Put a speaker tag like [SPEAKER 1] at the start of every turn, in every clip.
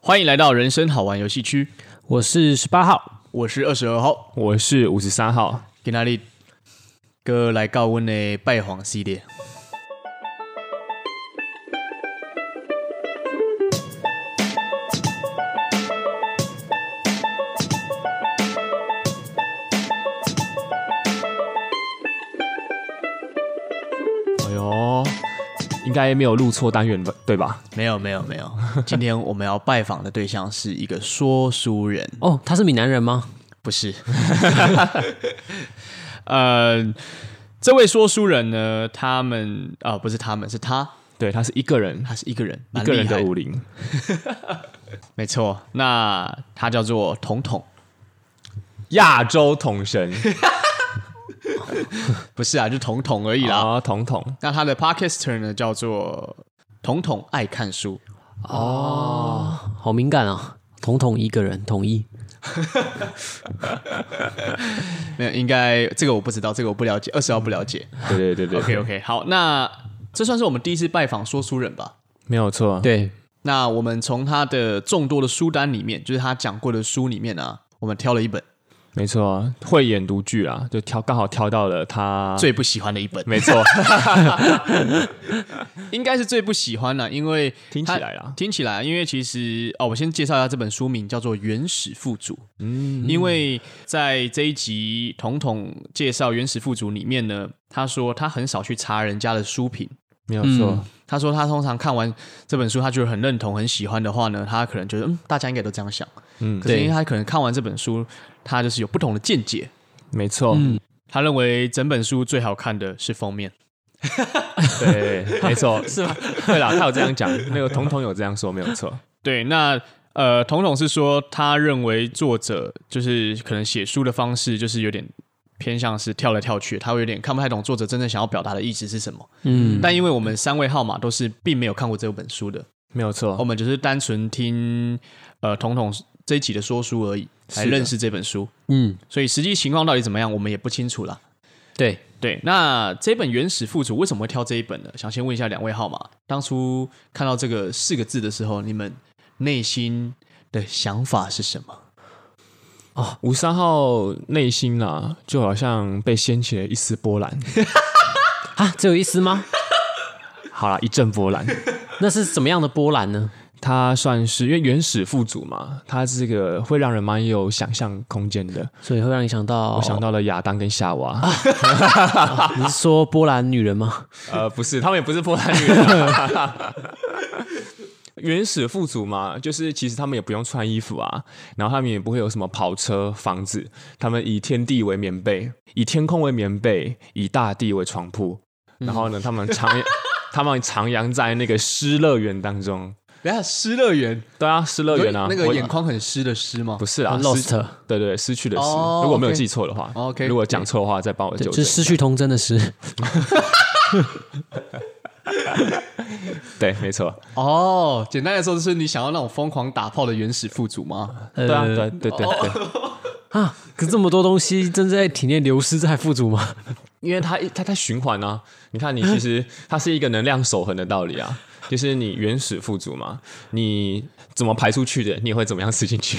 [SPEAKER 1] 欢迎来到人生好玩游戏区，
[SPEAKER 2] 我是十八号，
[SPEAKER 1] 我是二十二号，
[SPEAKER 3] 我是五十三号。
[SPEAKER 1] 今仔日哥来到阮的拜访系列。
[SPEAKER 3] 哎呦，应该没有录错单元吧？对吧？
[SPEAKER 1] 没有没有没有， 今天我们要拜访的对象是一个说书人，
[SPEAKER 2] 哦，他是闽南人吗？
[SPEAKER 1] 不是。 呃，这位说书人呢，他们啊、不是他们，是他，
[SPEAKER 3] 对，他是一个人，
[SPEAKER 1] 他是一个人，
[SPEAKER 3] 一
[SPEAKER 1] 蛮
[SPEAKER 3] 个人
[SPEAKER 1] 厉
[SPEAKER 3] 的
[SPEAKER 1] 害的。
[SPEAKER 3] 武林。
[SPEAKER 1] 没错，那他叫做彤彤，
[SPEAKER 3] 亚洲统 神
[SPEAKER 1] 不是啊，就彤彤而已
[SPEAKER 2] 哦
[SPEAKER 1] 啦。
[SPEAKER 3] 啊，统统
[SPEAKER 1] 那他的 podcaster 呢，叫做彤彤爱看书。
[SPEAKER 2] 好敏感啊，统统一个人统一。
[SPEAKER 1] 没有，应该这个我不知道，这个我不了解，二十号不了解。
[SPEAKER 3] 对对对对
[SPEAKER 1] OK OK，好，那这算是我们第一次拜访说书人吧？
[SPEAKER 3] 没有错。啊
[SPEAKER 2] 对，
[SPEAKER 1] 那我们从他的众多的书单里面，就是他讲过的书里面啊，我们挑了一本
[SPEAKER 3] 没错，慧眼独具啊，就挑刚好挑到了他。
[SPEAKER 1] 最不喜欢的一本，
[SPEAKER 3] 没 错，
[SPEAKER 1] 应该是最不喜欢的、因为
[SPEAKER 3] 听起
[SPEAKER 1] 他
[SPEAKER 3] 来啦，
[SPEAKER 1] 听起来，因为其实哦，我先介绍一下这本书名叫做《原始富足》。嗯，因为在这一集统统介绍《原始富足》里面呢，他说他很少去查人家的书评，
[SPEAKER 3] 没有错。
[SPEAKER 2] 嗯
[SPEAKER 1] 他说他通常看完这本书，他觉得很认同、很喜欢的话呢，他可能觉得嗯，大家应该都这样想。
[SPEAKER 3] 嗯
[SPEAKER 1] 可是因为
[SPEAKER 2] 对
[SPEAKER 1] 他可能看完这本书，他就是有不同的见解。
[SPEAKER 3] 没错，
[SPEAKER 2] 嗯
[SPEAKER 1] 他认为整本书最好看的是封面，
[SPEAKER 3] 对，没错， 是吗？对啦，他有这样讲，那个统统有这样说，没有错。
[SPEAKER 1] 对，那呃，统统是说，他认为作者就是可能写书的方式就是有点偏向是跳来跳去，他会有点看不太懂作者真正想要表达的意思是什么。
[SPEAKER 2] 嗯，
[SPEAKER 1] 但因为我们三位号码都是并没有看过这本书的，
[SPEAKER 3] 没有错，
[SPEAKER 1] 我们只是单纯听呃统统这一集的说书而已，来
[SPEAKER 3] 是的
[SPEAKER 1] 认识这本书，
[SPEAKER 2] 嗯，
[SPEAKER 1] 所以实际情况到底怎么样，我们也不清楚啦。
[SPEAKER 2] 对，
[SPEAKER 1] 对，那这本《原始富足》为什么会挑这一本呢？想先问一下两位号码，当初看到这个四个字的时候，你们内心的想法是什么？
[SPEAKER 3] 五十三号内心啦，就好像被掀起了一丝波澜。
[SPEAKER 2] 啊，只有一丝吗？
[SPEAKER 3] 好啦，一阵波澜。
[SPEAKER 2] 那是怎么样的波澜呢？
[SPEAKER 3] 它算是因为原始富足嘛，它这个会让人蛮有想象空间的。
[SPEAKER 2] 所以会让你想到，
[SPEAKER 3] 我想到了亚当跟夏娃，
[SPEAKER 2] 你是说波兰女人吗？
[SPEAKER 3] 呃，不是，他们也不是波兰女人、 原始富足嘛，就是其实他们也不用穿衣服啊，然后他们也不会有什么跑车、房子，他们以天地为棉被，以天空为棉被，以大地为床铺。然后呢，他们徜 他们徜徉在那个湿乐园当中。
[SPEAKER 1] 等一下失乐园，
[SPEAKER 3] 对啊，湿乐园啊，
[SPEAKER 1] 那个
[SPEAKER 3] 我
[SPEAKER 1] 眼眶很湿的湿吗
[SPEAKER 3] 不？是啊
[SPEAKER 2] 啊
[SPEAKER 3] 失
[SPEAKER 2] Lost
[SPEAKER 3] 对对，失去的失。
[SPEAKER 1] 哦
[SPEAKER 3] 如果没有
[SPEAKER 1] OK
[SPEAKER 3] 记错的话、
[SPEAKER 1] 哦，OK，
[SPEAKER 3] 如果讲错的话，再帮我
[SPEAKER 2] 对，
[SPEAKER 3] 纠
[SPEAKER 2] 就
[SPEAKER 3] 正
[SPEAKER 2] 是
[SPEAKER 3] 一下。
[SPEAKER 2] 失去童真的 失。
[SPEAKER 3] 对，没错。
[SPEAKER 1] 哦，简单来说，就是你想要那种疯狂打炮的原始富足吗？
[SPEAKER 2] 呃
[SPEAKER 3] 对啊，对对对对，
[SPEAKER 2] 啊，可是这么多东西正在体内流失，在富足吗？
[SPEAKER 3] 因为它它在循环啊。你看，你其实它是一个能量守恒的道理 啊，就是你原始富足嘛，你怎么排出去的，你也会怎么样吃进 去。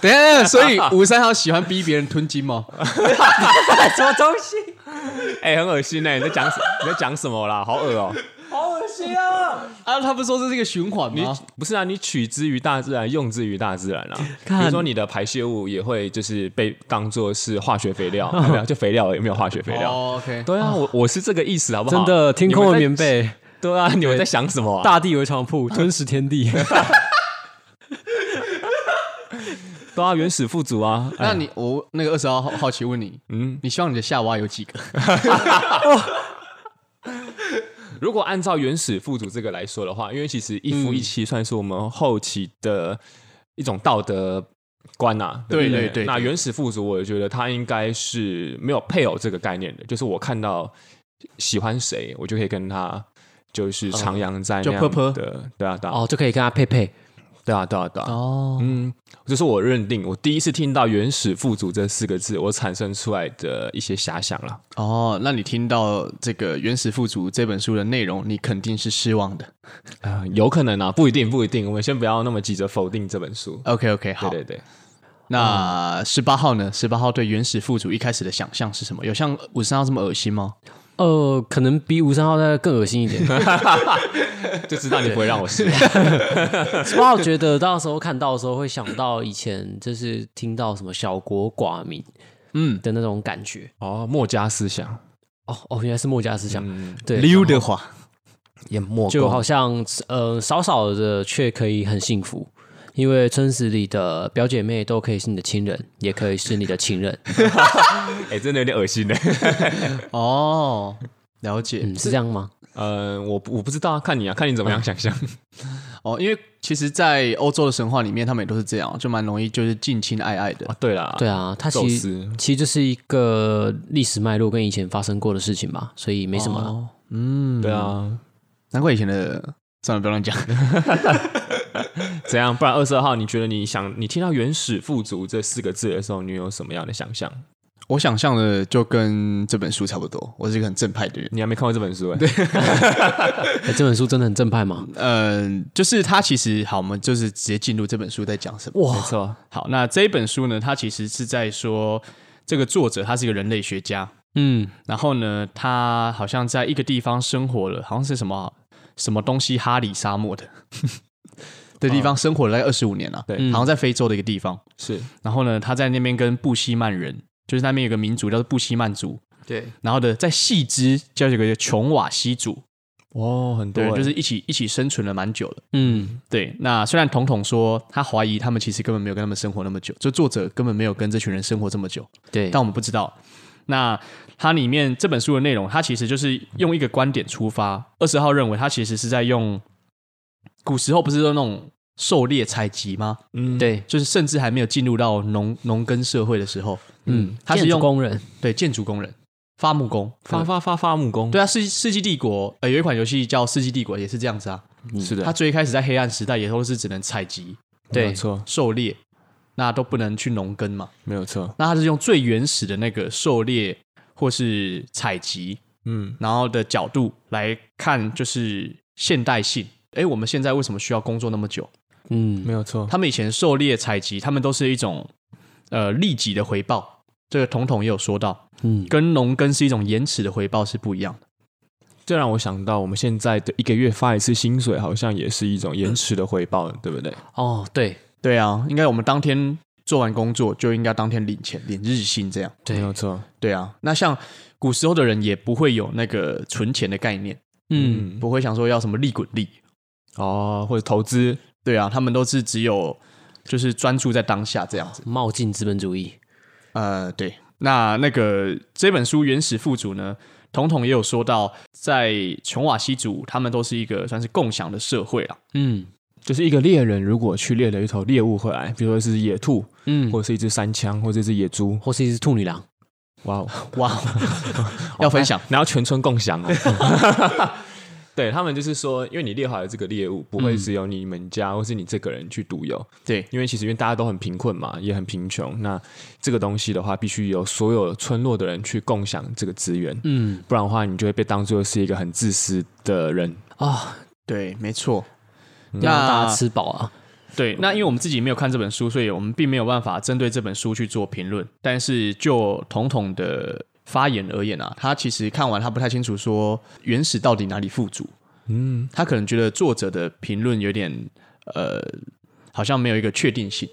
[SPEAKER 1] 等一下，等一下所以五三号喜欢逼别人吞金吗？
[SPEAKER 2] 什么东西？
[SPEAKER 3] 哎、很恶心哎、你在讲什你在讲什么啦？好恶哦、
[SPEAKER 1] 啊，他不是说这是一个循环
[SPEAKER 3] 你
[SPEAKER 2] 哦
[SPEAKER 1] 吗？
[SPEAKER 3] 不是啊，你取之于大自然，用之于大自然啊。比
[SPEAKER 2] 看
[SPEAKER 3] 如说你的排泄物也会就是被当做是化学肥 料，没有就肥料也没有化学肥料。
[SPEAKER 1] 哦，OK，
[SPEAKER 3] 对啊，我我是这个意思，好不好？
[SPEAKER 2] 真的，天空的棉
[SPEAKER 3] 你们在。
[SPEAKER 2] 被，
[SPEAKER 3] 对啊，你们在想什么、啊？
[SPEAKER 2] 大地为床铺，吞食天 地。
[SPEAKER 3] 对啊，原始富足啊。
[SPEAKER 1] 那你我那个二十号好好奇问你，嗯，你希望你的夏娃有几个？
[SPEAKER 3] 如果按照原始富足这个来说的话，因为其实一夫一妻算是我们后期的一种道德观啊。不
[SPEAKER 1] 对对
[SPEAKER 3] 对
[SPEAKER 1] 对
[SPEAKER 3] 那
[SPEAKER 1] 对
[SPEAKER 3] 原始富足，我觉得它应该是没有配偶这个概念的，就是我看到喜欢谁，我就可以跟他就是徜徉在
[SPEAKER 1] 就
[SPEAKER 3] 那
[SPEAKER 1] 泼泼
[SPEAKER 3] 样的，对啊，对啊，
[SPEAKER 2] 哦，就可以跟他配配。
[SPEAKER 3] 对啊，对啊，对啊。
[SPEAKER 2] 哦，
[SPEAKER 3] 嗯，这是我认定，我第一次听到“原始富足”这四个字，我产生出来的一些遐想了。
[SPEAKER 1] 哦，那你听到这个《原始富足》这本书的内容，你肯定是失望的。
[SPEAKER 3] 啊、有可能啊，不一定，不一定。我们先不要那么急着否定这本书。
[SPEAKER 1] OK OK，好。嗯
[SPEAKER 3] 对对 对，
[SPEAKER 1] 那十八号呢？十八号对原始富足一开始的想象是什么？有像五十三号这么恶心吗？
[SPEAKER 2] 呃，可能比五三号再更恶心一点。
[SPEAKER 3] 就知道你不会让我失望。
[SPEAKER 2] 十八号觉得到时候看到的时候会想到以前就是听到什么小国寡民，嗯的那种感觉。
[SPEAKER 3] 哦，墨家思想，
[SPEAKER 2] 哦哦，原来是墨家思想，
[SPEAKER 3] 嗯，
[SPEAKER 2] 对，
[SPEAKER 1] 德华，
[SPEAKER 3] 也墨
[SPEAKER 2] 就好像呃少少的却可以很幸福，因为村子里的表姐妹都可以是你的亲人，也可以是你的情人，
[SPEAKER 3] 哎、真的有点恶心呢。
[SPEAKER 1] 哦，了解。
[SPEAKER 2] 嗯，是这样吗？
[SPEAKER 3] 呃，我不我不知道啊，看你啊，看你怎么样想象。
[SPEAKER 1] 哦，因为其实，在欧洲的神话里面，他们也都是这样，就蛮容易就是近亲爱爱的。
[SPEAKER 3] 啊，对啦，
[SPEAKER 2] 对啊，它
[SPEAKER 3] 宙
[SPEAKER 2] 其实
[SPEAKER 3] 斯，
[SPEAKER 2] 其实就是一个历史脉络跟以前发生过的事情吧，所以没什么啦。
[SPEAKER 1] 哦，嗯，
[SPEAKER 3] 对，啊，
[SPEAKER 1] 难怪以前的。算了，不要乱 讲。
[SPEAKER 3] 怎样？不然二十二号，你觉得你想你听到“原始富足”这四个字的时候，你有什么样的想象？
[SPEAKER 1] 我想象的就跟这本书差不多。我是一个很正派的人，
[SPEAKER 3] 你还没看过这本书哎、对，
[SPEAKER 2] 哎这本书真的很正派吗？
[SPEAKER 1] 嗯、就是它其实好，我们就是直接进入这本书在讲什么。
[SPEAKER 3] 没错，
[SPEAKER 1] 好，那这一本书呢，它其实是在说这个作者他是一个人类学家，
[SPEAKER 2] 嗯，
[SPEAKER 1] 然后呢，他好像在一个地方生活了，好像是什么什么东西哈里沙漠的的地方生活了大概二十五年了、
[SPEAKER 2] 嗯
[SPEAKER 1] 嗯
[SPEAKER 3] 对
[SPEAKER 1] 好像在非洲的一个地方。
[SPEAKER 3] 是
[SPEAKER 1] 然后呢，他在那边跟布希曼人，就是那边有个民族叫做布希曼族，
[SPEAKER 2] 对，
[SPEAKER 1] 然后的在细支叫这个琼瓦西族，
[SPEAKER 3] 哦，很多
[SPEAKER 1] 对，
[SPEAKER 3] 欸、
[SPEAKER 1] 就是一起一起生存了蛮久了。
[SPEAKER 2] 嗯，
[SPEAKER 1] 对，那虽然统统说他怀疑他们其实根本没有跟他们生活那么久，就作者根本没有跟这群人生活这么久，
[SPEAKER 2] 对
[SPEAKER 1] 但，我们不知道。那它里面这本书的内容，它其实就是用一个观点出发。二十号认为，它其实是在用古时候不是说那种狩猎采集吗？
[SPEAKER 3] 嗯，
[SPEAKER 2] 对，
[SPEAKER 1] 就是甚至还没有进入到农农耕社会的时候，
[SPEAKER 2] 嗯，
[SPEAKER 1] 他是
[SPEAKER 2] 建筑
[SPEAKER 1] 用
[SPEAKER 2] 工人，
[SPEAKER 1] 对建筑工人、伐木工、
[SPEAKER 3] 发发发发木工，
[SPEAKER 1] 对啊，世《世纪帝国》呃有一款游戏叫《世纪帝国》，也是这样子啊。
[SPEAKER 3] 嗯是
[SPEAKER 1] 它
[SPEAKER 3] 的，
[SPEAKER 1] 最一开始在黑暗时代也都是只能采集、
[SPEAKER 3] 没有错，
[SPEAKER 1] 狩猎，那都不能去农耕嘛。
[SPEAKER 3] 没有错，
[SPEAKER 1] 那它是用最原始的那个狩猎或是采集
[SPEAKER 3] 嗯，
[SPEAKER 1] 然后的角度来看，就是现代性。诶，我们现在为什么需要工作那么久？
[SPEAKER 2] 嗯，
[SPEAKER 3] 没有错，
[SPEAKER 1] 他们以前狩猎、采集，他们都是一种呃立即的回报。这个统统也有说到，
[SPEAKER 2] 嗯，
[SPEAKER 1] 跟农耕是一种延迟的回报是不一样的。
[SPEAKER 3] 这让我想到，我们现在的一个月发一次薪水，好像也是一种延迟的回报，对不对？
[SPEAKER 2] 哦，对
[SPEAKER 1] 对啊，应该我们当天做完工作就应该当天领钱，领日薪这样。
[SPEAKER 3] 没
[SPEAKER 2] 对，
[SPEAKER 3] 有错，
[SPEAKER 1] 对啊，那像古时候的人也不会有那个存钱的概念，
[SPEAKER 2] 嗯，
[SPEAKER 1] 不会想说要什么利滚利。
[SPEAKER 3] 哦，或者投资，
[SPEAKER 1] 对啊，他们都是只有就是专注在当下这样子。
[SPEAKER 2] 冒进资本主义，
[SPEAKER 1] 呃，对，那那个这本书《原始富足》呢，统统也有说到，在琼瓦西族，他们都是一个算是共享的社会啊啦。
[SPEAKER 2] 嗯
[SPEAKER 3] 就是一个猎人如果去猎了一头猎物回来，比如说是野兔，
[SPEAKER 2] 嗯，
[SPEAKER 3] 或者是一只山枪，或者是一只野猪，
[SPEAKER 2] 或是一只兔女郎，
[SPEAKER 3] 哇哦，
[SPEAKER 1] 哇，哦 要分享
[SPEAKER 3] 然后全村共享哦。对他们就是说，因为你猎好的这个猎物，不会只有你们家、或是你这个人去独有，
[SPEAKER 1] 对
[SPEAKER 3] 因为其实因为大家都很贫困嘛，也很贫穷，那这个东西的话，必须由所有村落的人去共享这个资源，
[SPEAKER 2] 嗯
[SPEAKER 3] 不然的话，你就会被当做是一个很自私的人。
[SPEAKER 2] 啊，
[SPEAKER 1] 对，没错。
[SPEAKER 2] 要让大
[SPEAKER 1] 那
[SPEAKER 2] 家吃饱啊，
[SPEAKER 1] 对，那因为我们自己没有看这本书，所以我们并没有办法针对这本书去做评论。但是就统统的发言而言啊，他其实看完他不太清楚说原始到底哪里富足，
[SPEAKER 3] 嗯，
[SPEAKER 1] 他可能觉得作者的评论有点呃，好像没有一个确定性。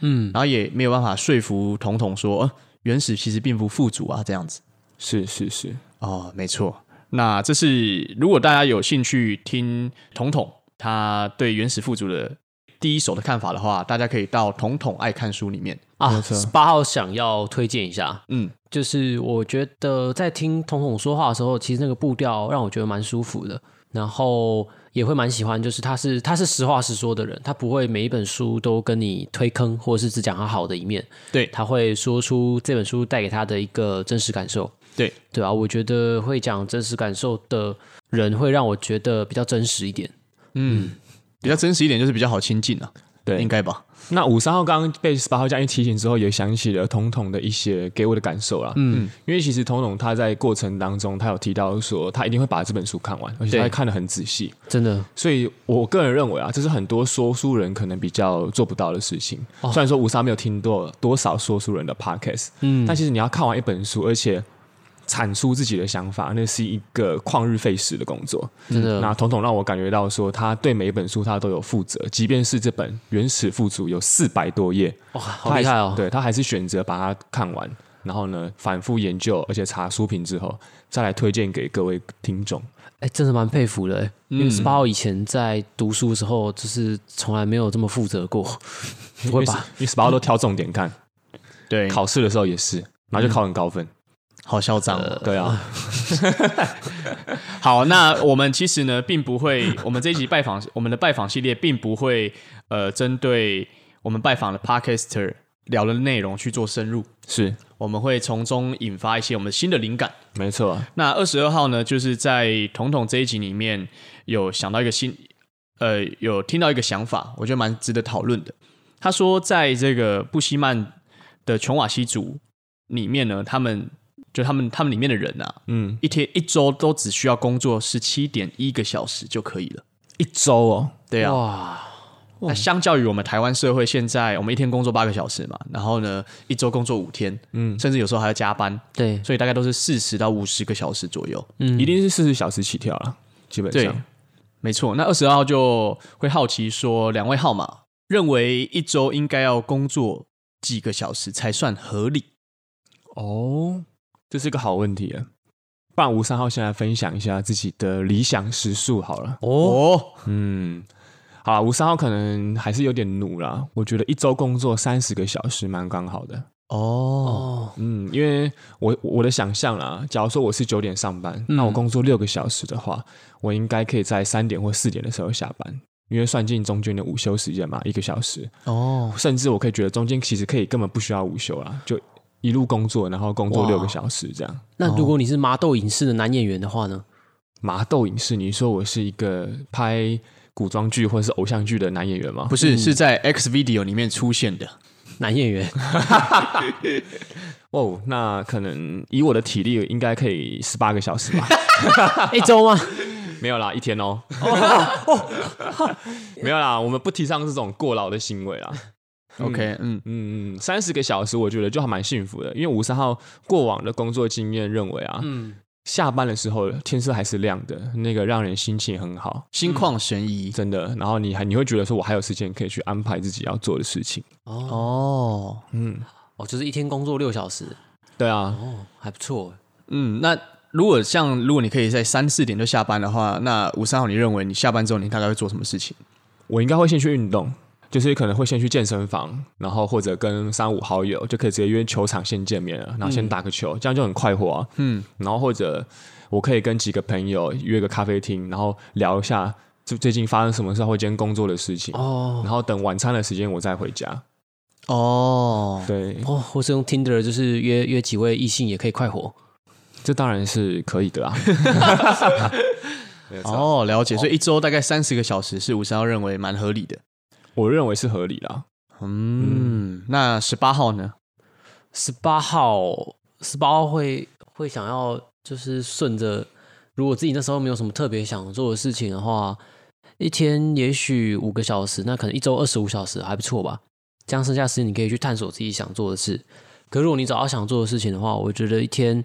[SPEAKER 2] 嗯，
[SPEAKER 1] 然后也没有办法说服统统说，呃，原始其实并不富足啊，这样子。
[SPEAKER 3] 是是是，
[SPEAKER 1] 哦，没错。那这是如果大家有兴趣听统统他对原始富足的第一手的看法的话，大家可以到统统爱看书里面。
[SPEAKER 2] 啊
[SPEAKER 3] 没，错
[SPEAKER 2] 八号想要推荐一下，
[SPEAKER 1] 嗯，
[SPEAKER 2] 就是我觉得在听彤彤说话的时候，其实那个步调让我觉得蛮舒服的，然后也会蛮喜欢，就是他是他是实话实说的人，他不会每一本书都跟你推坑，或者是只讲他好的一面，
[SPEAKER 1] 对
[SPEAKER 2] 他会说出这本书带给他的一个真实感受，
[SPEAKER 1] 对
[SPEAKER 2] 对啊，我觉得会讲真实感受的人，会让我觉得比较真实一点，
[SPEAKER 1] 比较真实一点，就是比较好亲近啊。
[SPEAKER 3] 对
[SPEAKER 1] 应该吧？
[SPEAKER 3] 那五三号刚刚被十八号这样一提醒之后，也想起了彤彤的一些给我的感受啦。嗯，因为其实彤彤他在过程当中，他有提到说他一定会把这本书看完，而且他
[SPEAKER 1] 对
[SPEAKER 3] 会看得很仔细。
[SPEAKER 2] 真的
[SPEAKER 3] 所以我个人认为啊，这是很多说书人可能比较做不到的事情。
[SPEAKER 2] 哦
[SPEAKER 3] 虽然说吴莎没有听多多少说书人的 podcast，嗯，但其实你要看完一本书，而且阐述自己的想法，那是一个旷日费时的工作。
[SPEAKER 2] 真的，
[SPEAKER 3] 那彤彤让我感觉到说，他对每一本书他都有负责，即便是这本《原始富足》有四百多页，
[SPEAKER 2] 哇，
[SPEAKER 3] 他
[SPEAKER 2] 好
[SPEAKER 3] 还
[SPEAKER 2] 厉
[SPEAKER 3] 是
[SPEAKER 2] 害哦！
[SPEAKER 3] 对他还是选择把它看完，然后呢反复研究，而且查书评之后再来推荐给各位听众。
[SPEAKER 2] 哎，真的蛮佩服的哎。因
[SPEAKER 3] 嗯
[SPEAKER 2] 为十八号以前在读书的时候，就是从来没有这么负责过，不会吧？
[SPEAKER 3] 因为 SPA 都挑重点看，
[SPEAKER 1] 对，
[SPEAKER 3] 考试的时候也是，然后就考很高分。
[SPEAKER 1] 好嚣张哦。
[SPEAKER 3] 对啊，
[SPEAKER 1] 好，那我们其实呢，并不会，我们这一集拜访，我们的拜访系列，并不会呃，针对我们拜访的 podcaster 聊的内容去做深入，
[SPEAKER 3] 是
[SPEAKER 1] 我们会从中引发一些我们新的灵感。
[SPEAKER 3] 没错啊，
[SPEAKER 1] 那二十二号呢，就是在彤彤这一集里面有想到一个新，呃，有听到一个想法，我觉得蛮值得讨论的。他说，在这个布希曼的琼瓦西族里面呢，他们就他们他们里面的人啊，
[SPEAKER 3] 嗯，
[SPEAKER 1] 一天一周都只需要工作十七点一个小时就可以了。
[SPEAKER 3] 一周哦，
[SPEAKER 1] 对啊，
[SPEAKER 2] 哇，
[SPEAKER 1] 那相较于我们台湾社会，现在我们一天工作八个小时嘛，然后呢，一周工作五天，嗯，甚至有时候还要加班，
[SPEAKER 2] 对，嗯
[SPEAKER 1] 所以大概都是四十到五十个小时左右。
[SPEAKER 3] 一定是四十小时起跳了，基本
[SPEAKER 1] 对
[SPEAKER 3] 上，
[SPEAKER 1] 没错。那二十号就会好奇说，两位号码认为一周应该要工作几个小时才算合理？
[SPEAKER 3] 哦，这是一个好问题啊。不然吴三号先来分享一下自己的理想时速好了。
[SPEAKER 2] 哦，
[SPEAKER 1] 哦，
[SPEAKER 3] 嗯，好啦，吴三号可能还是有点努啦。我觉得一周工作三十个小时蛮刚好的。
[SPEAKER 1] 哦，
[SPEAKER 2] 哦，
[SPEAKER 3] 嗯，因为我我的想象啦，假如说我是九点上班，
[SPEAKER 1] 嗯
[SPEAKER 3] 那我工作六个小时的话，我应该可以在三点或四点的时候下班，因为算进中间的午休时间嘛，一个小时，
[SPEAKER 1] 哦，
[SPEAKER 3] 甚至我可以觉得中间其实可以根本不需要午休啦，就一路工作，然后工作
[SPEAKER 2] 哇
[SPEAKER 3] 六个小时这样。
[SPEAKER 2] 那如果你是麻豆影视的男演员的话呢？
[SPEAKER 3] 麻豆影视，你说我是一个拍古装剧或是偶像剧的男演员吗？
[SPEAKER 1] 不是，是在 X Video 里面出现的。
[SPEAKER 2] 男 演员
[SPEAKER 3] 哦，那可能以我的体力，应该可以十八个小时吧。
[SPEAKER 2] 一周吗？
[SPEAKER 3] 没有啦，一天哦。没有啦，我们不提倡这种过劳的行为啦。
[SPEAKER 1] OK，嗯，
[SPEAKER 3] 嗯，三十个小时，我觉得就还蛮幸福的，因为五三号过往的工作经验认为啊，下班的时候天色还是亮的，那个让人心情很好，
[SPEAKER 1] 心旷神怡。
[SPEAKER 3] 真的。然后你还你会觉得说，我还有时间可以去安排自己要做的事情。
[SPEAKER 2] 哦
[SPEAKER 1] 哦，
[SPEAKER 2] 哦，就是一天工作六小时，
[SPEAKER 3] 对啊，
[SPEAKER 2] 哦，还不错哎。
[SPEAKER 1] 嗯，那如果像如果你可以在三四点就下班的话，那五三号你认为你下班之后你大概会做什么事情？
[SPEAKER 3] 我应该会先去运动，就是可能会先去健身房，然后或者跟三五好友就可以直接约球场先见面了，然后先打个球，这样就很快活啊。嗯，然后或者我可以跟几个朋友约个咖啡厅，然后聊一下最最近发生什么事，或今天工作的事情。
[SPEAKER 2] 哦
[SPEAKER 3] 然后等晚餐的时间我再回家。
[SPEAKER 1] 哦，
[SPEAKER 3] 对，
[SPEAKER 2] 哦，或是用 Tinder，就是约约几位异性也可以快活。
[SPEAKER 3] 这当然是可以的 啊。
[SPEAKER 1] 哦，了解。所以一周大概三十个小时是五三号认为蛮合理的。
[SPEAKER 3] 我认为是合理啦。
[SPEAKER 1] 嗯，那十八号呢？
[SPEAKER 2] 十八号，十八号会会想要就是顺着，如果自己那时候没有什么特别想做的事情的话，一天也许五个小时，那可能一周二十五小时还不错吧。这样剩下时间你可以去探索自己想做的事。可如果你找到想做的事情的话，我觉得一天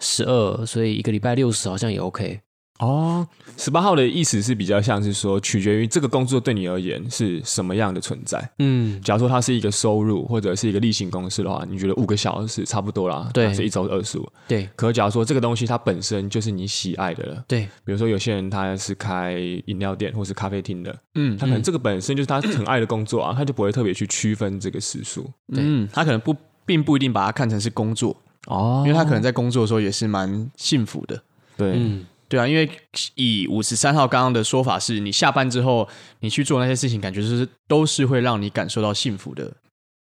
[SPEAKER 2] 十二，所以一个礼拜六十好像也 OK。
[SPEAKER 3] 哦，十八号的意思是比较像是说，取决于这个工作对你而言是什么样的存在。
[SPEAKER 2] 嗯，
[SPEAKER 3] 假如说它是一个收入或者是一个例行公事的话，你觉得五个小时差不多啦，
[SPEAKER 2] 对
[SPEAKER 3] 那是一周二十五。
[SPEAKER 2] 对
[SPEAKER 3] 可假如说这个东西它本身就是你喜爱的了，
[SPEAKER 2] 对，
[SPEAKER 3] 比如说有些人他是开饮料店或是咖啡厅的，
[SPEAKER 1] 嗯
[SPEAKER 3] 他可能这个本身就是他很爱的工作啊，他就不会特别去区分这个时数。
[SPEAKER 1] 嗯，他可能不并不一定把它看成是工作，
[SPEAKER 3] 哦
[SPEAKER 1] 因为他可能在工作的时候也是蛮幸福的。
[SPEAKER 3] 对，
[SPEAKER 2] 嗯，
[SPEAKER 1] 对啊，因为以五十三号刚刚的说法是，你下班之后你去做那些事情，感觉就是都是会让你感受到幸福的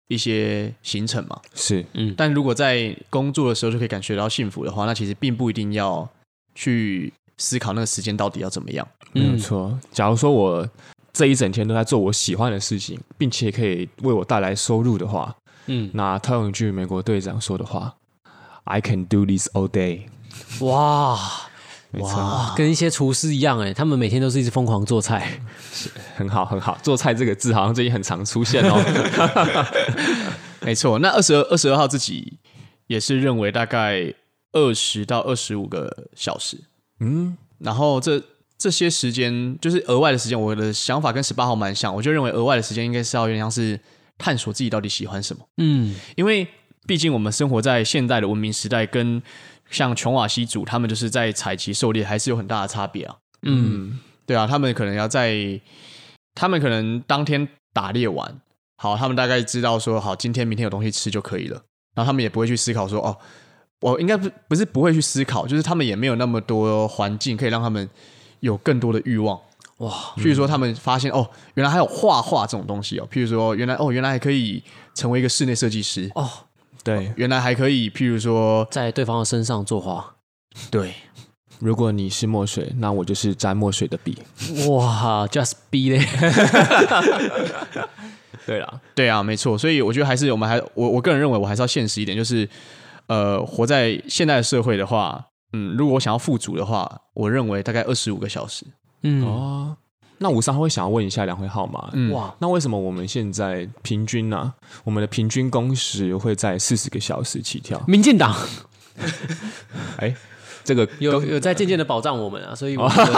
[SPEAKER 1] 一些行程嘛。
[SPEAKER 3] 是
[SPEAKER 2] 嗯
[SPEAKER 1] 但如果在工作的时候就可以感觉到幸福的话，那其实并不一定要去思考那个时间到底要怎么样。
[SPEAKER 2] 嗯
[SPEAKER 3] 没有错。假如说我这一整天都在做我喜欢的事情，并且可以为我带来收入的话，
[SPEAKER 2] 嗯，
[SPEAKER 3] 那套用一句美国队长说的话：“I can do this all day。
[SPEAKER 2] 哇，”
[SPEAKER 3] 嗯没错，
[SPEAKER 2] 哇，跟一些厨师一样哎，他们每天都是一直疯狂做菜。
[SPEAKER 3] 很好，很好。做菜这个字好像最近很常出现 哦。
[SPEAKER 1] 没错，那二十二二十二号自己也是认为大概二十到二十五个小时，
[SPEAKER 3] 嗯，
[SPEAKER 1] 然后这这些时间就是额外的时间，我的想法跟十八号蛮像，我就认为额外的时间应该是要有点像是探索自己到底喜欢什么，
[SPEAKER 2] 嗯，
[SPEAKER 1] 因为毕竟我们生活在现代的文明时代，跟像琼瓦西族他们就是在采集狩猎还是有很大的差别啊，
[SPEAKER 2] 嗯，
[SPEAKER 1] 对啊，他们可能要在，他们可能当天打猎完，好，他们大概知道说，好，今天明天有东西吃就可以了，然后他们也不会去思考说，哦，我应该不不是不会去思考，就是他们也没有那么多环境可以让他们有更多的欲望。
[SPEAKER 2] 哇，
[SPEAKER 1] 譬如说，他们发现哦，原来还有画画这种东西哦。譬如说，原来哦，原来还可以成为一个室内设计师，
[SPEAKER 2] 哦，
[SPEAKER 3] 对。
[SPEAKER 1] 原来还可以，譬如说，
[SPEAKER 2] 在对方的身上作画，
[SPEAKER 1] 对，
[SPEAKER 3] 如果你是墨水，那我就是沾墨水的笔。
[SPEAKER 2] 哇，just be 嘞，
[SPEAKER 3] 对啦，
[SPEAKER 1] 对啊，没错，所以我觉得还是我们还我我个人认为我还是要现实一点，就是呃，活在现代的社会的话，嗯，如果我想要富足的话，我认为大概二十五个小时。
[SPEAKER 2] 嗯，
[SPEAKER 3] 哦，那五三会想要问一下两位号码，
[SPEAKER 1] 嗯
[SPEAKER 2] 哇，
[SPEAKER 3] 那为什么我们现在平均呢、我们的平均工时会在四十个小时起跳？
[SPEAKER 2] 民进党
[SPEAKER 3] 哎，这个
[SPEAKER 2] 有有在渐渐的保障我们啊，所以
[SPEAKER 3] 哦
[SPEAKER 2] 我们就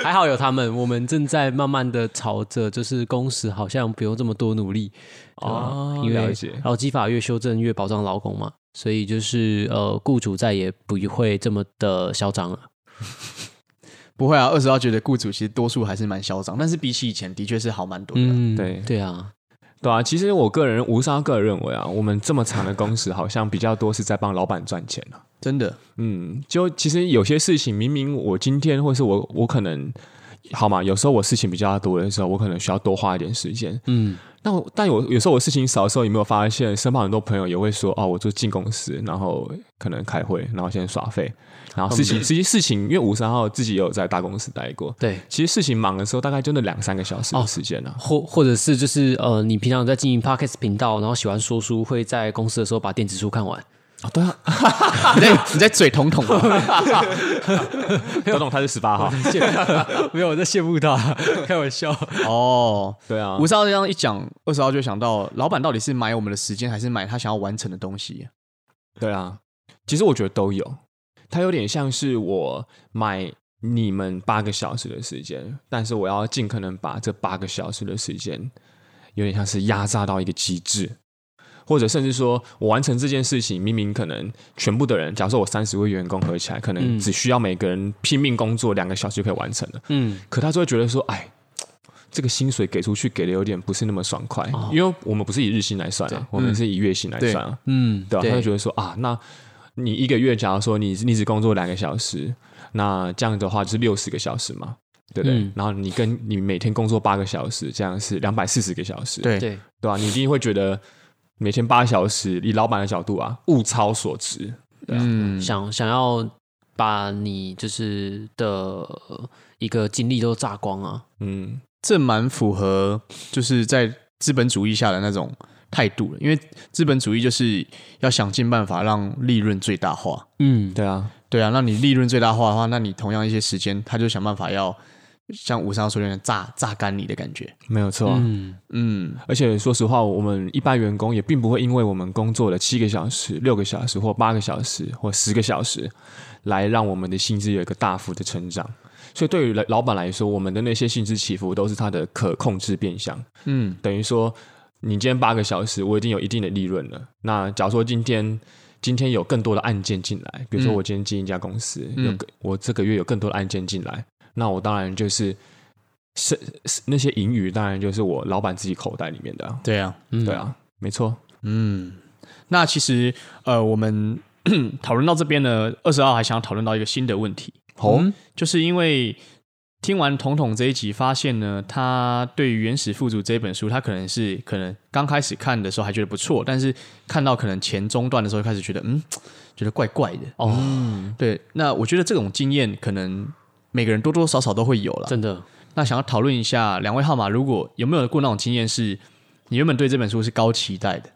[SPEAKER 2] 还好有他们，我们正在慢慢的朝着就是工时好像不用这么多努力
[SPEAKER 3] 哦
[SPEAKER 2] 对吧因
[SPEAKER 3] 了
[SPEAKER 2] 为
[SPEAKER 3] 解
[SPEAKER 2] 劳基法越修正越保障劳工嘛，所以就是呃，雇主再也不会这么的嚣张了。
[SPEAKER 1] 不会啊，二十号觉得雇主其实多数还是蛮嚣张，但是比起以前的确是好蛮多的。
[SPEAKER 2] 嗯
[SPEAKER 3] 对
[SPEAKER 2] 对啊，
[SPEAKER 3] 对啊，其实我个人吴莎个人认为啊，我们这么长的工时好像比较多是在帮老板赚钱啊。
[SPEAKER 1] 真的，
[SPEAKER 3] 嗯，就其实有些事情，明明我今天或是我我可能好嘛，有时候我事情比较多的时候，我可能需要多花一点时间。
[SPEAKER 2] 嗯，
[SPEAKER 3] 但我但我有时候我事情少的时候，有没有发现身旁很多朋友也会说哦，我就进公司，然后可能开会，然后先耍废，
[SPEAKER 2] 嗯
[SPEAKER 3] 然后事情其实事情，因为五三号自己也有在大公司待过，
[SPEAKER 2] 对。
[SPEAKER 3] 其实事情忙的时候大概就那两三个小时的时间了、啊。
[SPEAKER 2] 或或者是就是呃，你平常在经营 podcast 频道，然后喜欢说书，会在公司的时候把电子书看完。
[SPEAKER 3] 哦，对 啊，
[SPEAKER 1] 你在你在嘴捅捅啊吗？
[SPEAKER 3] 董总他是十八号，
[SPEAKER 2] 没有，我在羡慕 他，开玩笑。
[SPEAKER 1] 哦，
[SPEAKER 3] 对啊，
[SPEAKER 1] 五十号这样一讲，二十号就想到老板到底是买我们的时间，还是买他想要完成的东西？
[SPEAKER 3] 对啊，其实我觉得都有，它有点像是我买你们八个小时的时间，但是我要尽可能把这八个小时的时间，有点像是压榨到一个极致，或者甚至说我完成这件事情，明明可能全部的人，假如说我三十位员工合起来，可能
[SPEAKER 2] 嗯
[SPEAKER 3] 只需要每个人拼命工作两个小时就可以完成了，
[SPEAKER 2] 嗯，
[SPEAKER 3] 可他就会觉得说，哎。这个薪水给出去给的有点不是那么爽快，因为我们不是以日薪来算、啊，我们是以月薪来
[SPEAKER 1] 对
[SPEAKER 3] 算、啊。
[SPEAKER 2] 嗯，
[SPEAKER 3] 对啊，他就觉得说啊，那你一个月假如说你你只工作两个小时，那这样的话就是六十个小时嘛，对不对？
[SPEAKER 2] 嗯
[SPEAKER 3] 然后你跟你每天工作八个小时，这样是两百四十个小时，
[SPEAKER 1] 对
[SPEAKER 2] 对，
[SPEAKER 3] 对啊，你一定会觉得每天八小时，以老板的角度啊，物超所值。
[SPEAKER 1] 嗯，
[SPEAKER 2] 想想要把你就是的一个精力都榨光啊。
[SPEAKER 3] 嗯，
[SPEAKER 1] 这蛮符合就是在资本主义下的那种态度了，因为资本主义就是要想尽办法让利润最大化。
[SPEAKER 2] 嗯，
[SPEAKER 3] 对啊，
[SPEAKER 1] 对啊，那你利润最大化的话，那你同样一些时间，他就想办法要像五三说的那样榨榨干你的感觉。
[SPEAKER 3] 没有错啊、
[SPEAKER 2] 嗯，
[SPEAKER 1] 嗯，
[SPEAKER 3] 而且说实话，我们一般员工也并不会因为我们工作了七个小时、六个小时或八个小时或十个小时，来让我们的薪资有一个大幅的成长。所以对于老老板来说，我们的那些薪资起伏都是他的可控制变相。
[SPEAKER 1] 嗯，
[SPEAKER 3] 等于说，你今天八个小时，我已经有一定的利润了。那假如说今天今天有更多的案件进来，比如说
[SPEAKER 1] 嗯
[SPEAKER 3] 我今天进一家公司，
[SPEAKER 1] 嗯
[SPEAKER 3] 有个我这个月有更多的案件进来，那我当然就是。是是那些盈余，当然就是我老板自己口袋里面的啊、
[SPEAKER 1] 对啊，
[SPEAKER 2] 嗯
[SPEAKER 3] 对啊，没错。
[SPEAKER 1] 嗯，那其实呃，我们 讨论到这边呢，二十号还想要讨论到一个新的问题，
[SPEAKER 3] 哦，
[SPEAKER 1] 就是因为听完彤彤这一集，发现呢，他对于《原始富足》这本书，他可能是可能刚开始看的时候还觉得不错，但是看到可能前中段的时候，开始觉得嗯，觉得怪怪的。
[SPEAKER 2] 哦，
[SPEAKER 3] 嗯
[SPEAKER 1] 对，那我觉得这种经验可能每个人多多少少都会有啦。
[SPEAKER 2] 真的，
[SPEAKER 1] 那想要讨论一下，两位号码如果有没有过那种经验是，你原本对这本书是高期待的，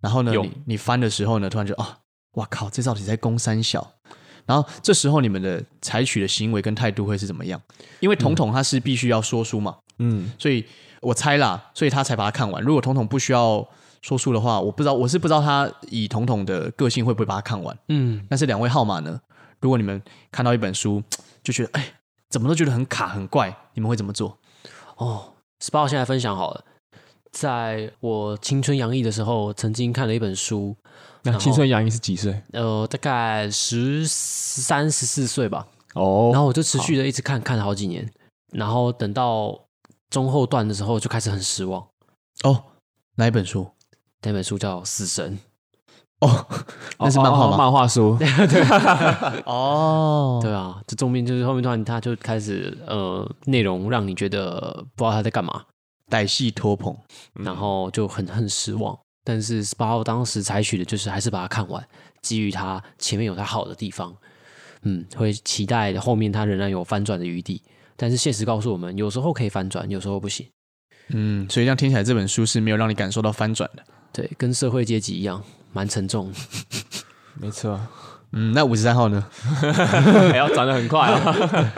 [SPEAKER 1] 然后呢，
[SPEAKER 3] 有
[SPEAKER 1] 你你翻的时候呢，突然就哦，哇靠，这到底在攻三小？然后这时候你们的采取的行为跟态度会是怎么样？因为统统他是必须要说书嘛，
[SPEAKER 3] 嗯，
[SPEAKER 1] 所以我猜啦，所以他才把它看完。如果统统不需要说书的话，我不知道，我是不知道他以统统的个性会不会把它看完。
[SPEAKER 2] 嗯，
[SPEAKER 1] 但是两位号码呢？如果你们看到一本书，就觉得哎，怎么都觉得很卡很怪，你们会怎么做？
[SPEAKER 2] 哦，SPA 我现在分享好了。在我青春洋溢的时候，曾经看了一本书，
[SPEAKER 3] 那
[SPEAKER 2] 然后
[SPEAKER 3] 青春洋溢是几岁？
[SPEAKER 2] 呃，大概十三十四岁吧，然
[SPEAKER 3] 哦，
[SPEAKER 2] 后我就持续的一直看看了好几年，然后等到中后段的时候就开始很失望。
[SPEAKER 1] 哦，哪一本书？
[SPEAKER 2] 那本书叫《死神
[SPEAKER 1] 哦，那是漫画
[SPEAKER 3] 哦哦
[SPEAKER 1] 吗？
[SPEAKER 3] 漫画书。
[SPEAKER 1] 哦》，
[SPEAKER 2] 对啊，这中间就是后面突然他就开始呃，内容让你觉得不知道他在干嘛，
[SPEAKER 1] 歹戏拖棚。
[SPEAKER 3] 嗯
[SPEAKER 2] 然后就很很失望。但是 SPA 号当时采取的就是还是把它看完，基于它前面有它好的地方，嗯，会期待后面它仍然有翻转的余地。但是现实告诉我们，有时候可以翻转，有时候不行。
[SPEAKER 1] 嗯，所以这样听起来，这本书是没有让你感受到翻转的。
[SPEAKER 2] 对，跟社会阶级一样，蛮沉重的。
[SPEAKER 3] 没错，
[SPEAKER 1] 嗯，那五十三号呢？
[SPEAKER 3] 还要转的很快啊。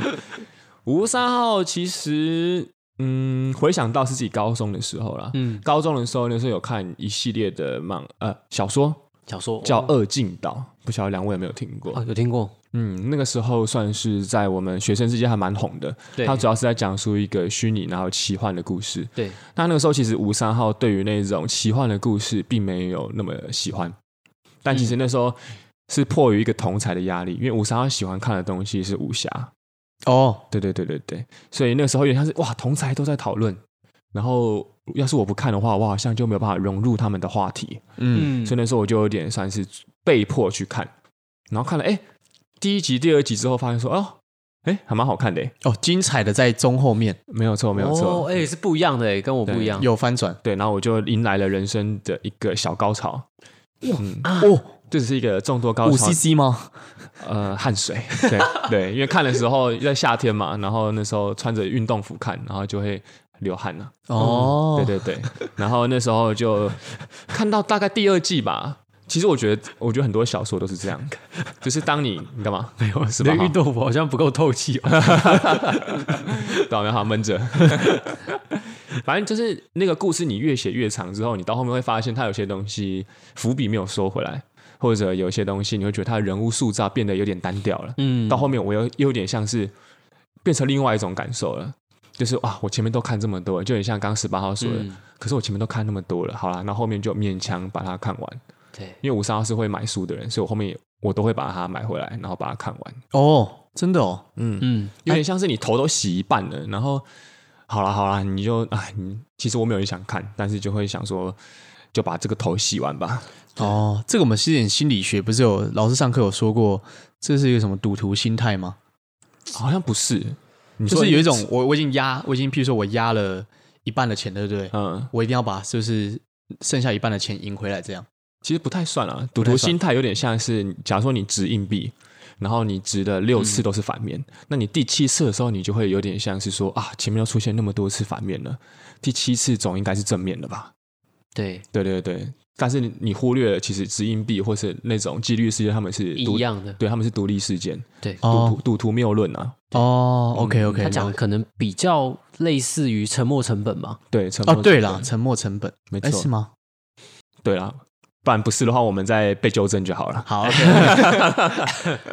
[SPEAKER 3] 五三号其实，嗯，回想到是自己高中的时候啦。
[SPEAKER 2] 嗯，
[SPEAKER 3] 高中的时候那时候有看一系列的漫呃小说，
[SPEAKER 2] 小说
[SPEAKER 3] 叫《二进岛》，不晓得两位有没有听过？
[SPEAKER 2] 哦，有听过，
[SPEAKER 3] 嗯，那个时候算是在我们学生之间还蛮红的。
[SPEAKER 2] 对
[SPEAKER 3] 它主要是在讲述一个虚拟然后奇幻的故事。
[SPEAKER 2] 对，
[SPEAKER 3] 那那个时候其实吴三号对于那种奇幻的故事并没有那么喜欢，但其实那时候是迫于一个同才的压力，因为吴三号喜欢看的东西是武侠。
[SPEAKER 1] 哦，
[SPEAKER 3] 对对对对对，所以那个时候有点像是哇，同才都在讨论，然后要是我不看的话，我好像就没有办法融入他们的话题。
[SPEAKER 1] 嗯，
[SPEAKER 2] 嗯
[SPEAKER 3] 所以那时候我就有点算是被迫去看，然后看了哎、诶第一集、第二集之后，发现说哦，哎、还蛮好看的、诶
[SPEAKER 1] 哦，精彩的在中后面
[SPEAKER 3] 没有错，没有错。
[SPEAKER 2] 哦，哎、是不一样的，哎，跟我不一样。
[SPEAKER 1] 有翻转。
[SPEAKER 3] 对，然后我就迎来了人生的一个小高潮，嗯啊
[SPEAKER 1] 哦，
[SPEAKER 3] 这只是一个众多高
[SPEAKER 1] 五
[SPEAKER 3] 潮，
[SPEAKER 1] CC 吗？
[SPEAKER 3] 呃，汗水。对对，因为看的时候在夏天嘛，然后那时候穿着运动服看，然后就会流汗了、
[SPEAKER 1] 哦，
[SPEAKER 3] 对对对，然后那时候就看到大概第二季吧。其实我觉得，我觉得很多小说都是这样，就是当你你干嘛？没有是吧？
[SPEAKER 2] 运动服好像不够透气哦。
[SPEAKER 3] 倒霉好闷着。 反正就是那个故事，你越写越长之后，你到后面会发现它有些东西伏笔没有收回来，或者有些东西你会觉得它的人物塑造变得有点单调了。
[SPEAKER 2] 嗯
[SPEAKER 3] 到后面我又又有点像是变成另外一种感受了，就是哇，我前面都看这么多了，就很像刚十八号说的，
[SPEAKER 2] 嗯
[SPEAKER 3] 可是我前面都看那么多了，好啦，那后面就勉强把它看完。
[SPEAKER 2] 对，
[SPEAKER 3] 因为五三号是会买书的人，所以我后面也我都会把它买回来，然后把它看完。
[SPEAKER 1] 哦，真的哦，
[SPEAKER 2] 嗯，
[SPEAKER 3] 有点像是你头都洗一半了，然后好啦好啦，你就哎，你其实我没有很想看，但是就会想说，就把这个头洗完吧。
[SPEAKER 1] 哦，这个我们是点心理学，不是有老师上课有说过，这是一个什么赌徒心态吗？
[SPEAKER 3] 好像不是，你
[SPEAKER 1] 就
[SPEAKER 3] 说
[SPEAKER 1] 是有一种我我已经压，我已经譬如说我压了一半的钱，对不对？
[SPEAKER 3] 嗯，
[SPEAKER 1] 我一定要把就是剩下一半的钱赢回来，这样。
[SPEAKER 3] 其实不太算啊。赌
[SPEAKER 1] 太算
[SPEAKER 3] 徒心态有点像是，假如说你掷硬币，然后你掷的六次都是反面，那你第七次的时候，你就会有点像是说啊，前面又出现那么多次反面了，第七次总应该是正面的吧？
[SPEAKER 2] 对，
[SPEAKER 3] 对对对。但是你你忽略了，其实掷硬币或是那种几率事件，他们是独
[SPEAKER 2] 一，样的。
[SPEAKER 3] 对，他们是独立事件。
[SPEAKER 2] 对，
[SPEAKER 3] 赌
[SPEAKER 1] 哦
[SPEAKER 3] 徒赌徒谬论啊，
[SPEAKER 1] 哦，OK OK，
[SPEAKER 2] 他讲的可能比较类似于沉没成本吧。
[SPEAKER 3] 对，沉默
[SPEAKER 1] 哦，对
[SPEAKER 3] 成
[SPEAKER 1] 啦，
[SPEAKER 3] 本
[SPEAKER 1] 沉没成本，
[SPEAKER 3] 没
[SPEAKER 1] 哎，是
[SPEAKER 3] 错，
[SPEAKER 1] 吗？
[SPEAKER 3] 对啦，不然不是的话，我们再被纠正就好 了。
[SPEAKER 1] 好，OK，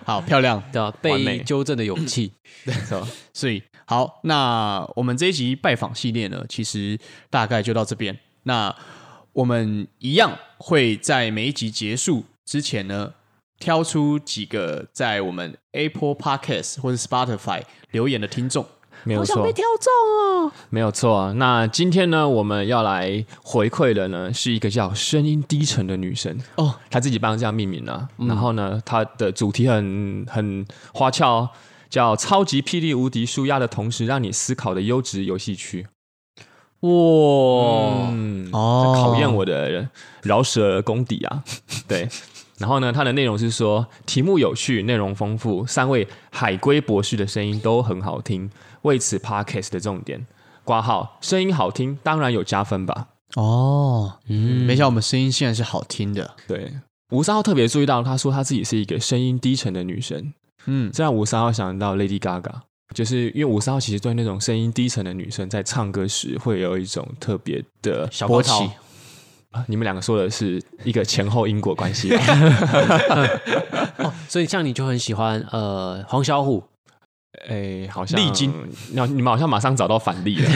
[SPEAKER 1] 好漂亮。
[SPEAKER 2] 对啊，
[SPEAKER 3] 完美嗯
[SPEAKER 2] 被纠正的勇气。
[SPEAKER 1] 所以好，那我们这一集拜访系列呢，其实大概就到这边。那我们一样会在每一集结束之前呢，挑出几个在我们 Apple Podcast 或者 Spotify 留言的听众。
[SPEAKER 3] 没有错，
[SPEAKER 2] 挑中哦。
[SPEAKER 3] 没有错啊。那今天呢，我们要来回馈的呢，是一个叫声音低沉的女生
[SPEAKER 1] 哦，嗯
[SPEAKER 3] 她自己帮这样命名啊。然后呢，她的主题很很花俏哦，叫“超级霹雳无敌舒压的同时，让你思考的优质游戏区”。
[SPEAKER 2] 哇，
[SPEAKER 3] 嗯，
[SPEAKER 1] 哦
[SPEAKER 3] 考验我的饶舌功底啊。对，然后呢，它的内容是说题目有趣，内容丰富，三位海龟博士的声音都很好听，为此 podcast 的重点。挂号，声音好听，当然有加分吧。
[SPEAKER 1] 哦，嗯，没想到我们声音现在是好听的，
[SPEAKER 3] 对，吴三号特别注意到，她说她自己是一个声音低沉的女生，
[SPEAKER 1] 嗯，
[SPEAKER 3] 这让吴三号想到 Lady Gaga，就是因为吴三号其实对那种声音低沉的女生在唱歌时会有一种特别的
[SPEAKER 2] 小
[SPEAKER 3] 勃
[SPEAKER 2] 高
[SPEAKER 3] 起
[SPEAKER 2] 潮。
[SPEAKER 3] 啊你们两个说的是一个前后因果关系吧，
[SPEAKER 2] 哦所以像你就很喜欢呃黄小虎，
[SPEAKER 3] 哎，好像
[SPEAKER 1] 历经，
[SPEAKER 3] 那你们好像马上找到反例了。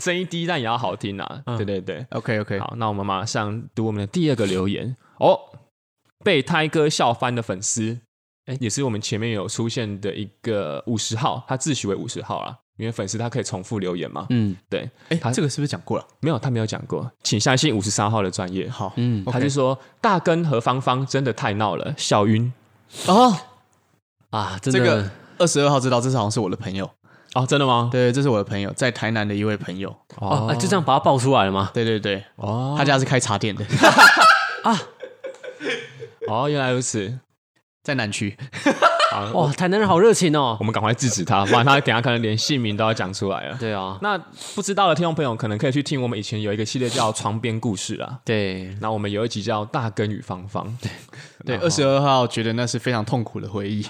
[SPEAKER 3] 声音低但也要好听啊，对对对。
[SPEAKER 1] OK OK，
[SPEAKER 3] 好，那我们马上读我们的第二个留言哦，被胎哥笑翻的粉丝，哎，也是我们前面有出现的一个五十号，他自诩为五十号啦，因为粉丝他可以重复留言嘛。
[SPEAKER 2] 嗯
[SPEAKER 3] 对，
[SPEAKER 1] 哎、
[SPEAKER 3] 他
[SPEAKER 1] 这个是不是讲过了？
[SPEAKER 3] 没有，他没有讲过，请相信五十三号的专业。
[SPEAKER 1] 好，
[SPEAKER 2] 嗯
[SPEAKER 3] 他就说大根和芳芳真的太闹了，笑晕
[SPEAKER 1] 哦，
[SPEAKER 2] 啊，真
[SPEAKER 1] 这
[SPEAKER 2] 的、
[SPEAKER 1] 个二十二号知道，这是好像是我的朋友，
[SPEAKER 3] 哦，真的吗？
[SPEAKER 1] 对，这是我的朋友，在台南的一位朋友，
[SPEAKER 2] 哦、啊就这样把它爆出来了吗？
[SPEAKER 1] 对对对，
[SPEAKER 3] 哦
[SPEAKER 1] 他家是开茶店的，
[SPEAKER 3] 哦，原来如此。
[SPEAKER 1] 在南区，
[SPEAKER 3] 好，
[SPEAKER 2] 哇，台南人好热情哦
[SPEAKER 3] 我。们赶快制止他，不然他等一下可能连姓名都要讲出来了。
[SPEAKER 2] 对啊，
[SPEAKER 3] 那不知道的听众朋友，可能可以去听我们以前有一个系列叫《床边故事》啦。
[SPEAKER 2] 对，
[SPEAKER 3] 那我们有一集叫《大根与芳芳》，
[SPEAKER 1] 对，二十二号觉得那是非常痛苦的回忆，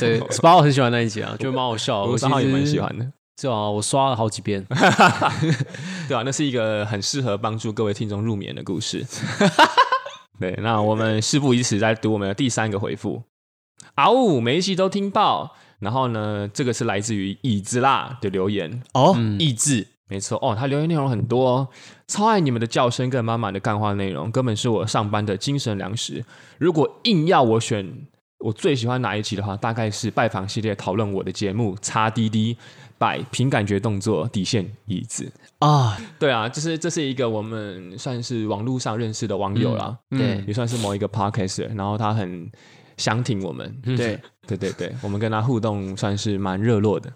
[SPEAKER 2] 对，把我很喜欢那一集啊，觉得蛮好笑的。
[SPEAKER 3] 我
[SPEAKER 2] 其
[SPEAKER 3] 三号也蛮
[SPEAKER 2] 实
[SPEAKER 3] 喜欢的，
[SPEAKER 2] 对啊，我刷了好几遍。
[SPEAKER 3] 对啊，那是一个很适合帮助各位听众入眠的故事。对，那我们事不宜迟，来读我们的第三个回复。啊呜，每一集都听爆。然后呢，这个是来自于椅子啦的留言，
[SPEAKER 1] 哦，益智，
[SPEAKER 3] 没错哦，他留言内容很多、哦，超爱你们的叫声跟满满的干话内容，根本是我上班的精神粮食。如果硬要我选我最喜欢哪一集的话，大概是拜访系列讨论我的节目《叉滴滴》，摆凭感觉动作底线椅子。
[SPEAKER 1] 啊，
[SPEAKER 3] 对啊，就是这是一个我们算是网络上认识的网友啦，
[SPEAKER 1] 嗯
[SPEAKER 2] 对
[SPEAKER 3] 也算是某一个 podcast，然后他很想挺我们，
[SPEAKER 2] 嗯
[SPEAKER 1] 对
[SPEAKER 3] 对对对，我们跟他互动算是蛮热络的。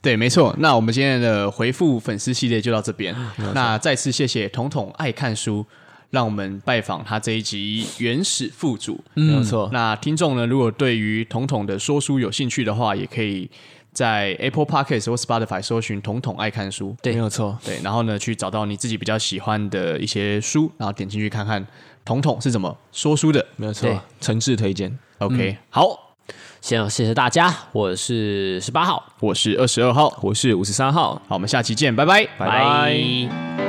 [SPEAKER 1] 对，没错。那我们今天的回复粉丝系列就到这边。那再次谢谢彤彤爱看书，让我们拜访他这一集原始副主。
[SPEAKER 3] 没有错
[SPEAKER 1] 那听众呢，如果对于彤彤的说书有兴趣的话，也可以在 Apple Podcast 或 Spotify 搜寻“彤彤爱看书”。
[SPEAKER 2] 对
[SPEAKER 3] 没有错，
[SPEAKER 1] 对，然后呢，去找到你自己比较喜欢的一些书，然后点进去看看彤彤是怎么说书的。
[SPEAKER 3] 没有错
[SPEAKER 2] 对，
[SPEAKER 3] 诚挚推荐。
[SPEAKER 1] OK，、好，
[SPEAKER 2] 先谢谢大家，我是十八号。
[SPEAKER 1] 我是二十二号，
[SPEAKER 3] 我是五十三号，
[SPEAKER 1] 好，我们下期见，拜拜，
[SPEAKER 3] 拜拜。
[SPEAKER 2] 拜